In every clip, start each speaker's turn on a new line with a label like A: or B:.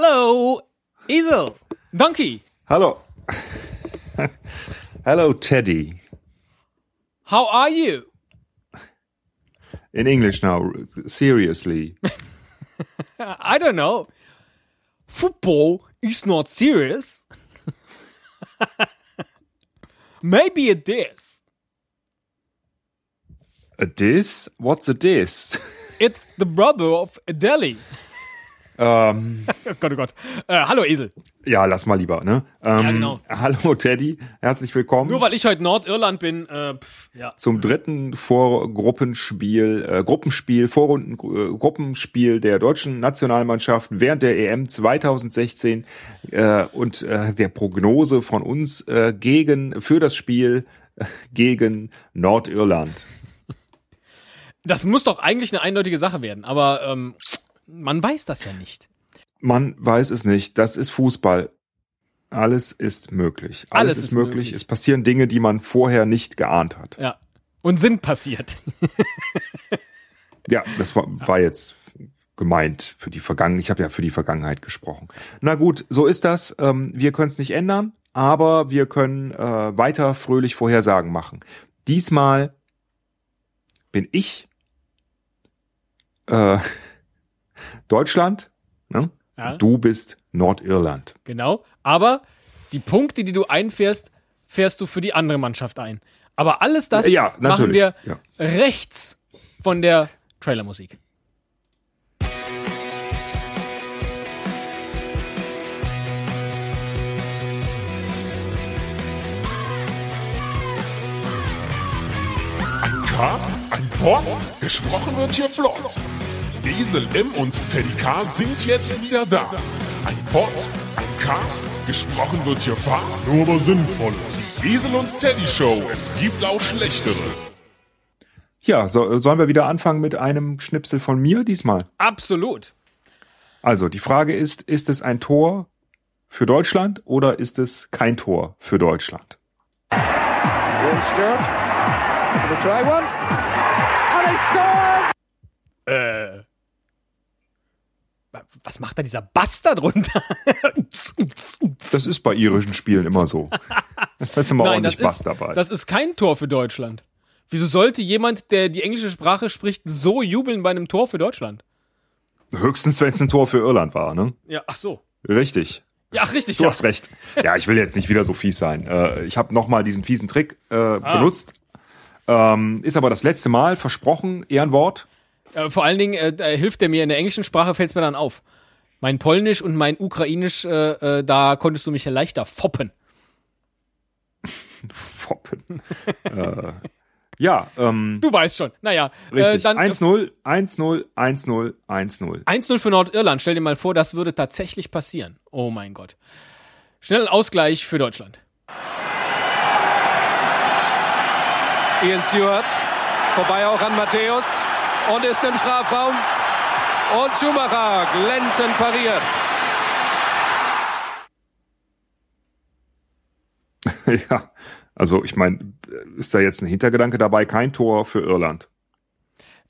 A: Hello, Esel, Donkey.
B: Hello. Hello, Teddy.
A: How are you?
B: In English now, seriously.
A: I don't know. Football is not serious. Maybe it is.
B: A diss? What's a diss?
A: It's the brother of Delhi.
B: Ähm,
A: Oh Gott, oh Gott. Äh, hallo Esel.
B: ja, lass mal lieber, ne? Ähm,
A: Ja, genau.
B: Hallo, Teddy. Herzlich willkommen
A: Nur weil ich heute Nordirland bin, äh, pff, ja.
B: zum dritten Vorgruppenspiel, äh, Gruppenspiel, Vorrunden, äh, Gruppenspiel der deutschen Nationalmannschaft während der EM 2016 äh, und äh, der Prognose von uns äh, gegen, für das Spiel äh, gegen Nordirland.
A: Das muss doch eigentlich eine eindeutige Sache werden, aber ähm, man weiß das ja nicht.
B: Man weiß es nicht. Das ist Fußball. Alles ist möglich. Alles, ist, möglich. Es passieren Dinge, die man vorher nicht geahnt hat.
A: Ja. Und sind passiert.
B: Ja, das war, war jetzt gemeint für die Vergangenheit. Ich habe ja für die Vergangenheit gesprochen. Na gut, so ist das. Ähm, wir können es nicht ändern, aber wir können äh, weiter fröhlich Vorhersagen machen. Diesmal bin ich äh, Deutschland. Ne?
A: Ja.
B: Du bist Nordirland.
A: Genau. Aber die Punkte, die du einfährst, fährst du für die andere Mannschaft ein. Aber alles das
B: Ja,
A: machen
B: natürlich,
A: wir
B: ja.
A: rechts von der Trailermusik.
C: Ein Cast, ein Pod, gesprochen wird hier flott. Esel M und Teddy K sind jetzt wieder da. Ein Pod, ein Cast, gesprochen wird hier fast, nur aber sinnvoll. Die Esel und Teddy Show, es gibt auch schlechtere.
B: Ja, so, sollen wir wieder anfangen mit einem Schnipsel von mir diesmal?
A: Absolut.
B: Also, die Frage ist, ist es ein Tor für Deutschland oder ist es kein Tor für Deutschland?
D: Will Stewart. Going to try one. And he scored!
A: Äh. Was macht da dieser Bastard runter?
B: Das ist bei irischen Spielen immer so. Das ist immer
A: Nein, das
B: ordentlich Bass
A: ist,
B: dabei.
A: das ist kein Tor für Deutschland. Wieso sollte jemand, der die englische Sprache spricht, so jubeln bei einem Tor für Deutschland?
B: Höchstens, wenn es ein Tor für Irland war, ne?
A: Ja, ach so.
B: Richtig.
A: Ja, ach, richtig.
B: Du
A: ja.
B: hast recht. Ja, ich will jetzt nicht wieder so fies sein. Äh, ich habe nochmal diesen fiesen Trick äh,
A: Ah.
B: benutzt. Ähm, ist aber das letzte Mal versprochen, Ehrenwort.
A: Äh, vor allen Dingen äh, äh, hilft er mir in der englischen Sprache, fällt es mir dann auf. Mein Polnisch und mein Ukrainisch, äh, äh, da konntest du mich ja leichter foppen.
B: Foppen. äh, ja, ähm,
A: Du weißt schon. Naja, äh,
B: Richtig.
A: dann
B: 1-0, 1-0, 1-0, 1-0.
A: 1-0 für Nordirland. Stell dir mal vor, das würde tatsächlich passieren. Oh mein Gott. Schnell Ausgleich für Deutschland.
D: Ian Stewart. Vorbei auch an Matthäus. Und ist im Strafraum. Und Schumacher glänzend pariert.
B: Ja, also ich meine, ist da jetzt ein Hintergedanke dabei? Kein Tor für Irland.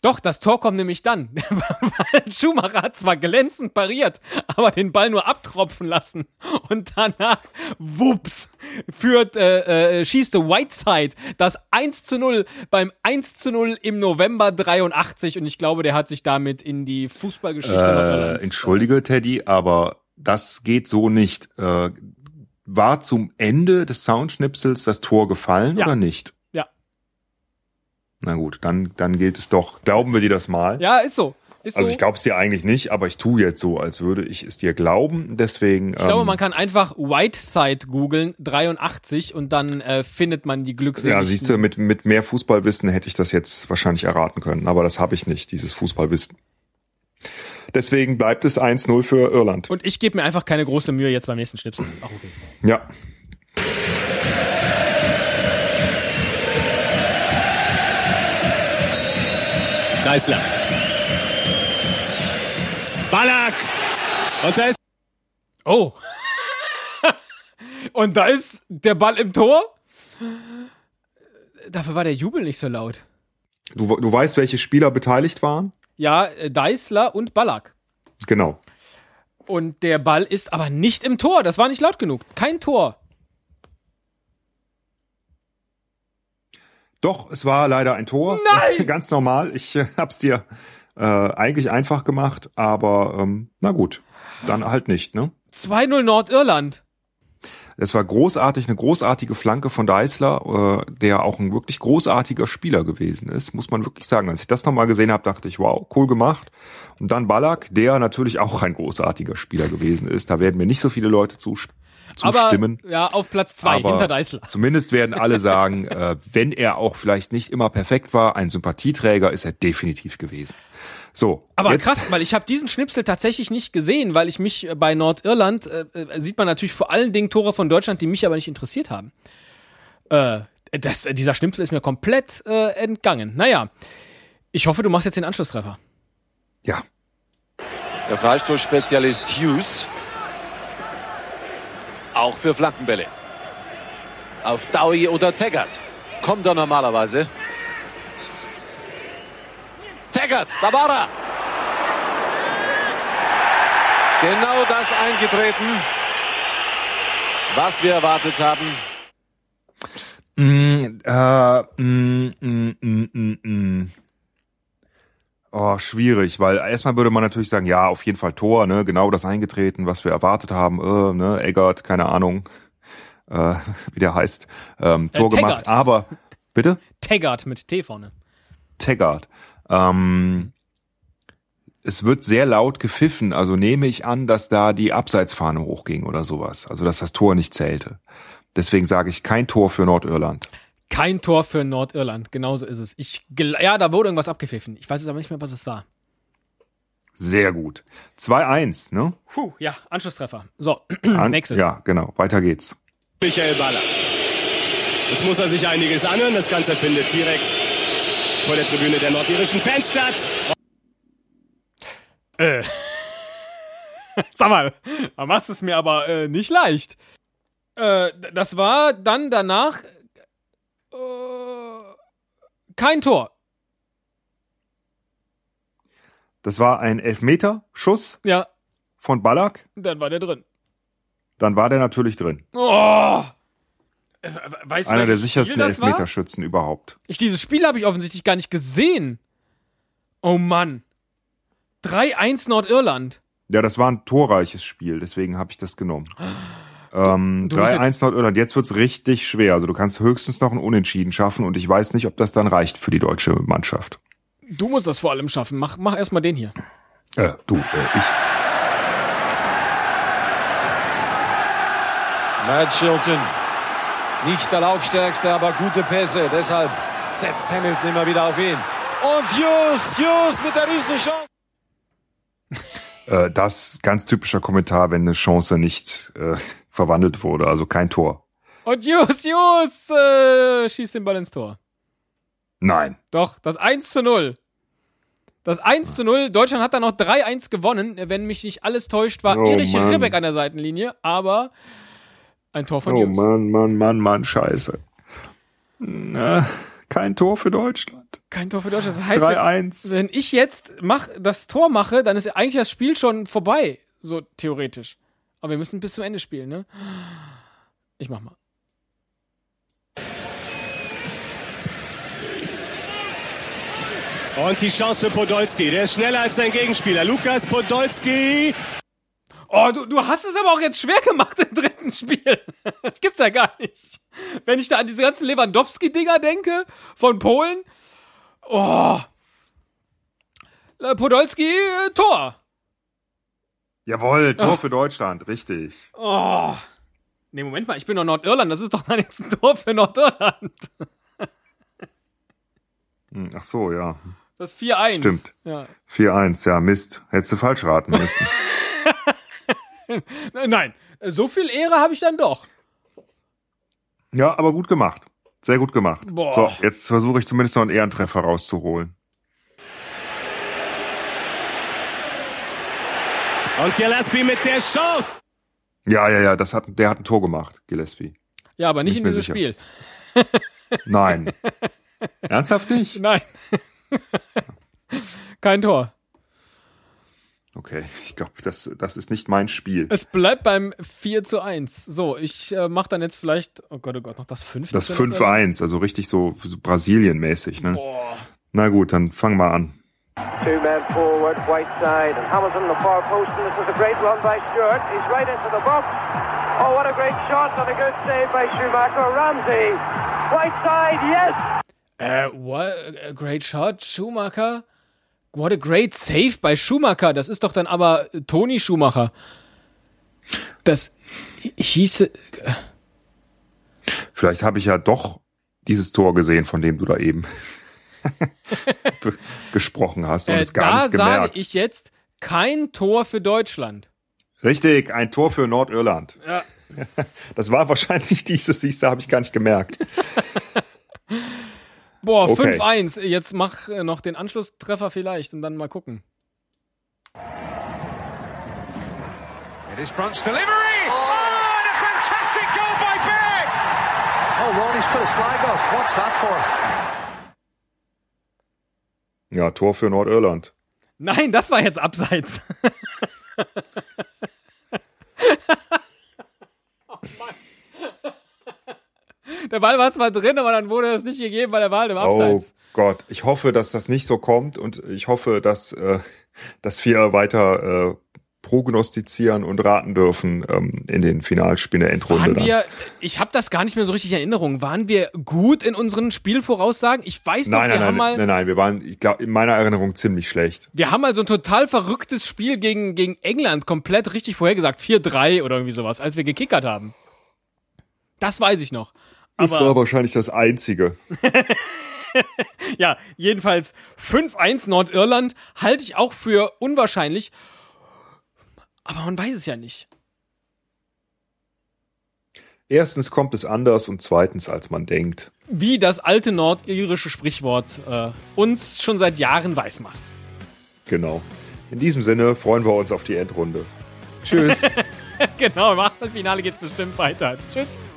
A: Doch, das Tor kommt nämlich dann. Weil Schumacher hat zwar glänzend pariert, aber den Ball nur abtropfen lassen. Und danach, wups, führt, äh, äh, schießt Whiteside das 1 zu 0 beim 1 zu 0 im November 83. Und ich glaube, der hat sich damit in die Fußballgeschichte
B: Äh,
A: Nordirlands-
B: entschuldige, Teddy, aber das geht so nicht. Äh, war zum Ende des Soundschnipsels das Tor gefallen
A: Ja.
B: oder nicht?
A: Ja.
B: Na gut, dann, dann gilt es doch. Glauben wir dir das mal?
A: Ja, ist so. Ist
B: Also
A: so.
B: ich glaube es dir eigentlich nicht, aber ich tue jetzt so, als würde ich es dir glauben. Deswegen. ähm,
A: Ich glaube, man kann einfach Whiteside googeln, 83, und dann äh, findet man die Glückseligsten.
B: Ja, siehst du, mit, mit mehr Fußballwissen hätte ich das jetzt wahrscheinlich erraten können, aber das habe ich nicht, dieses Fußballwissen. Deswegen bleibt es 1-0 für Irland.
A: Und ich gebe mir einfach keine große Mühe jetzt beim nächsten Schnipsel. Ach, okay.
B: ja.
E: Geißler. Ballack. Und da ist
A: Oh. Und da ist der Ball im Tor. Dafür war der Jubel nicht so laut.
B: Du, du weißt, welche Spieler beteiligt waren?
A: Ja, äh, Deißler und Ballack.
B: Genau.
A: Und der Ball ist aber nicht im Tor. Das war nicht laut genug. Kein Tor.
B: Doch, es war leider ein Tor.
A: Nein!
B: Ganz normal. Ich äh, hab's dir äh, eigentlich einfach gemacht, aber ähm, na gut, dann halt nicht, ne?
A: 2-0 Nordirland.
B: Es war großartig, eine großartige Flanke von Deißler, äh, der auch ein wirklich großartiger Spieler gewesen ist, muss man wirklich sagen. Als ich das nochmal gesehen habe, dachte ich, wow, cool gemacht. Und dann Ballack, der natürlich auch ein großartiger Spieler gewesen ist. Da werden mir nicht so viele Leute zusch-
A: Aber
B: zustimmen.
A: ja, auf Platz 2
B: Aber
A: hinter Deißler.
B: Zumindest werden alle sagen, äh, wenn er auch vielleicht nicht immer perfekt war, ein Sympathieträger ist er definitiv gewesen. So,
A: Aber
B: jetzt,
A: krass, weil ich habe diesen Schnipsel tatsächlich nicht gesehen, weil ich mich äh, bei Nordirland äh, äh, sieht man natürlich vor allen Dingen Tore von Deutschland, die mich aber nicht interessiert haben. Äh, das, äh, dieser Schnipsel ist mir komplett äh, entgangen. Naja, ich hoffe, du machst jetzt den Anschlusstreffer.
B: Ja,
D: Der Freistoßspezialist Hughes. Auch für Flankenbälle. Auf Dowie oder Taggart. Kommt er normalerweise. Taggart, da war er. Genau das eingetreten, was wir erwartet haben.
B: Mm, äh, mm, mm, mm, mm, mm. Oh, schwierig, weil erstmal würde man natürlich sagen, ja, auf jeden Fall Tor, ne, genau das eingetreten, was wir erwartet haben, äh, ne, Eggert, keine Ahnung, äh, wie der heißt, ähm, Tor gemacht,
A: Taggart.
B: aber, bitte?
A: Taggart mit T vorne.
B: Taggart. Ähm, es wird sehr laut gepfiffen, also nehme ich an, dass da die Abseitsfahne hochging oder sowas, also dass das Tor nicht zählte. Deswegen sage ich kein Tor für Nordirland.
A: Kein Tor für Nordirland, genauso ist es. Ich gel- ja, da wurde irgendwas abgepfiffen. Ich weiß jetzt aber nicht mehr, was es war.
B: Sehr gut. 2-1, ne?
A: Puh, ja, Anschlusstreffer. So,
B: An-
A: Hm, nächstes.
B: Ja, genau. Weiter geht's.
E: Michael Ballack. Jetzt muss er sich einiges anhören. Das Ganze findet direkt vor der Tribüne der nordirischen Fans statt.
A: Äh. Sag mal, da machst es mir aber äh, nicht leicht. Äh, d- das war dann danach äh, kein Tor.
B: Das war ein Elfmeter-Schuss
A: Ja,
B: von Ballack.
A: dann war der drin.
B: Dann war der natürlich drin.
A: Oh! Äh, we- Weißt du,
B: Einer der
A: welches
B: sichersten
A: Spiel das war?
B: Elfmeterschützen überhaupt.
A: Ich, dieses Spiel habe ich offensichtlich gar nicht gesehen. Oh Mann. 3-1 Nordirland.
B: Ja, das war ein torreiches Spiel, deswegen habe ich das genommen. Ähm,
A: du musst
B: 3-1 Nordirland. Jetzt wird's richtig schwer. Also du kannst höchstens noch ein Unentschieden schaffen und ich weiß nicht, ob das dann reicht für die deutsche Mannschaft.
A: Du musst das vor allem schaffen. Mach, mach erstmal den hier.
B: Äh, du, äh, ich.
D: Matt Chilton. Nicht der Laufstärkste, aber gute Pässe. Deshalb setzt Hamilton immer wieder auf ihn. Und Hughes, Hughes mit der Riesenchance.
B: Äh, das ganz typischer Kommentar, wenn eine Chance nicht äh, verwandelt wurde. Also kein Tor.
A: Und Jus, Jus äh, schießt den Ball ins Tor.
B: Nein.
A: Doch, das 1 zu 0. Das
B: Ah.
A: 1 zu 0. Deutschland hat dann noch 3-1 gewonnen. Wenn mich nicht alles täuscht, war
B: Oh,
A: Erich
B: Mann.
A: Ribbeck an der Seitenlinie, aber ein Tor von
B: Oh
A: Jungs.
B: Mann, Mann, Mann, Mann, scheiße. Na, kein Tor für Deutschland.
A: Kein Tor für Deutschland. Das heißt, wenn,
B: 3-1.
A: wenn ich jetzt mach, das Tor mache, dann ist eigentlich das Spiel schon vorbei. So theoretisch. Aber wir müssen bis zum Ende spielen, ne? Ich mach mal.
E: Und die Chance für Podolski. Der ist schneller als sein Gegenspieler. Lukas Podolski.
A: Oh, du, du hast es aber auch jetzt schwer gemacht im dritten Spiel. Das gibt's ja gar nicht. Wenn ich da an diese ganzen Lewandowski-Dinger denke, von Polen. Oh. Äh, Podolski, äh, Tor.
B: Jawohl, Tor für Deutschland, richtig.
A: Oh. Nee, Moment mal, ich bin doch Nordirland. Das ist doch dann jetzt ein Tor für Nordirland.
B: Hm, Ach so, ja.
A: Das 4-1.
B: Stimmt.
A: Ja.
B: 4-1, ja, Mist. Hättest du falsch raten müssen.
A: Äh, Nein, äh, so viel Ehre habe ich dann doch.
B: ja, aber gut gemacht. Sehr gut gemacht.
A: Boah.
B: So, jetzt versuche ich zumindest noch einen Ehrentreffer rauszuholen.
E: Und Gillespie mit der Chance.
B: Ja, ja, ja, das hat, der hat ein Tor gemacht, Gillespie.
A: Ja, aber nicht,
B: Nicht
A: in
B: mehr
A: diesem
B: sicher.
A: Spiel.
B: Nein. Ernsthaft nicht?
A: Nein. Kein Tor.
B: Okay, ich glaube, das, das ist nicht mein Spiel.
A: Es bleibt beim 4 zu 1. So, ich äh, mache dann jetzt vielleicht, oh Gott, oh Gott, noch das 5.
B: Das 5-1, also richtig so, so Brasilien-mäßig. Ne?
A: Boah.
B: Na gut, dann fang mal an.
F: Two men forward, white side, and Hamilton the far post. And this is a great run by Stewart. He's right into the box. Oh, what a great shot and a good save by Schumacher. Ramsey, white side, yes.
A: Äh, what a great shot, Schumacher. What a great save bei Schumacher. Das ist doch dann aber Toni Schumacher. Das äh, hieße.
B: Vielleicht habe ich ja doch dieses Tor gesehen, von dem du da eben be- gesprochen hast und
A: Äh,
B: es gar
A: da
B: nicht gemerkt.
A: sage ich jetzt kein Tor für Deutschland.
B: Richtig, ein Tor für Nordirland.
A: Ja.
B: Das war wahrscheinlich dieses, siehst du, habe ich gar nicht gemerkt.
A: Boah,
B: Okay.
A: 5-1. Jetzt mach äh, noch den Anschlusstreffer vielleicht und dann mal gucken.
D: It is Brunt's delivery. Oh, and a fantastic goal by Beck. Oh, Ronnie's put his flag up. What's that for?
B: Ja, Tor für Nordirland.
A: Nein, das war jetzt abseits. Der Ball war zwar drin, aber dann wurde es nicht gegeben, weil der Ball im Abseits.
B: Oh Gott, ich hoffe, dass das nicht so kommt und ich hoffe, dass, äh, dass wir weiter äh, prognostizieren und raten dürfen ähm, in den Finalspielen der Endrunde.
A: Waren
B: dann.
A: wir, ich habe das gar nicht mehr so richtig in Erinnerung. Waren wir gut in unseren Spielvoraussagen? Ich weiß noch,
B: nein,
A: wir
B: nein,
A: haben
B: nein,
A: mal,
B: nein, nein, wir waren, ich glaube, in meiner Erinnerung ziemlich schlecht.
A: wir haben mal so ein total verrücktes Spiel gegen, gegen England komplett richtig vorhergesagt. 4-3 oder irgendwie sowas, als wir gekickert haben. Das weiß ich noch.
B: Das war wahrscheinlich das Einzige.
A: Ja, jedenfalls 5-1 Nordirland halte ich auch für unwahrscheinlich. Aber man weiß es ja nicht.
B: Erstens kommt es anders und zweitens, als man denkt.
A: Wie das alte nordirische Sprichwort äh, uns schon seit Jahren weiß macht.
B: Genau. In diesem Sinne freuen wir uns auf die Endrunde. Tschüss.
A: Genau, im Achtelfinale geht's bestimmt weiter. Tschüss.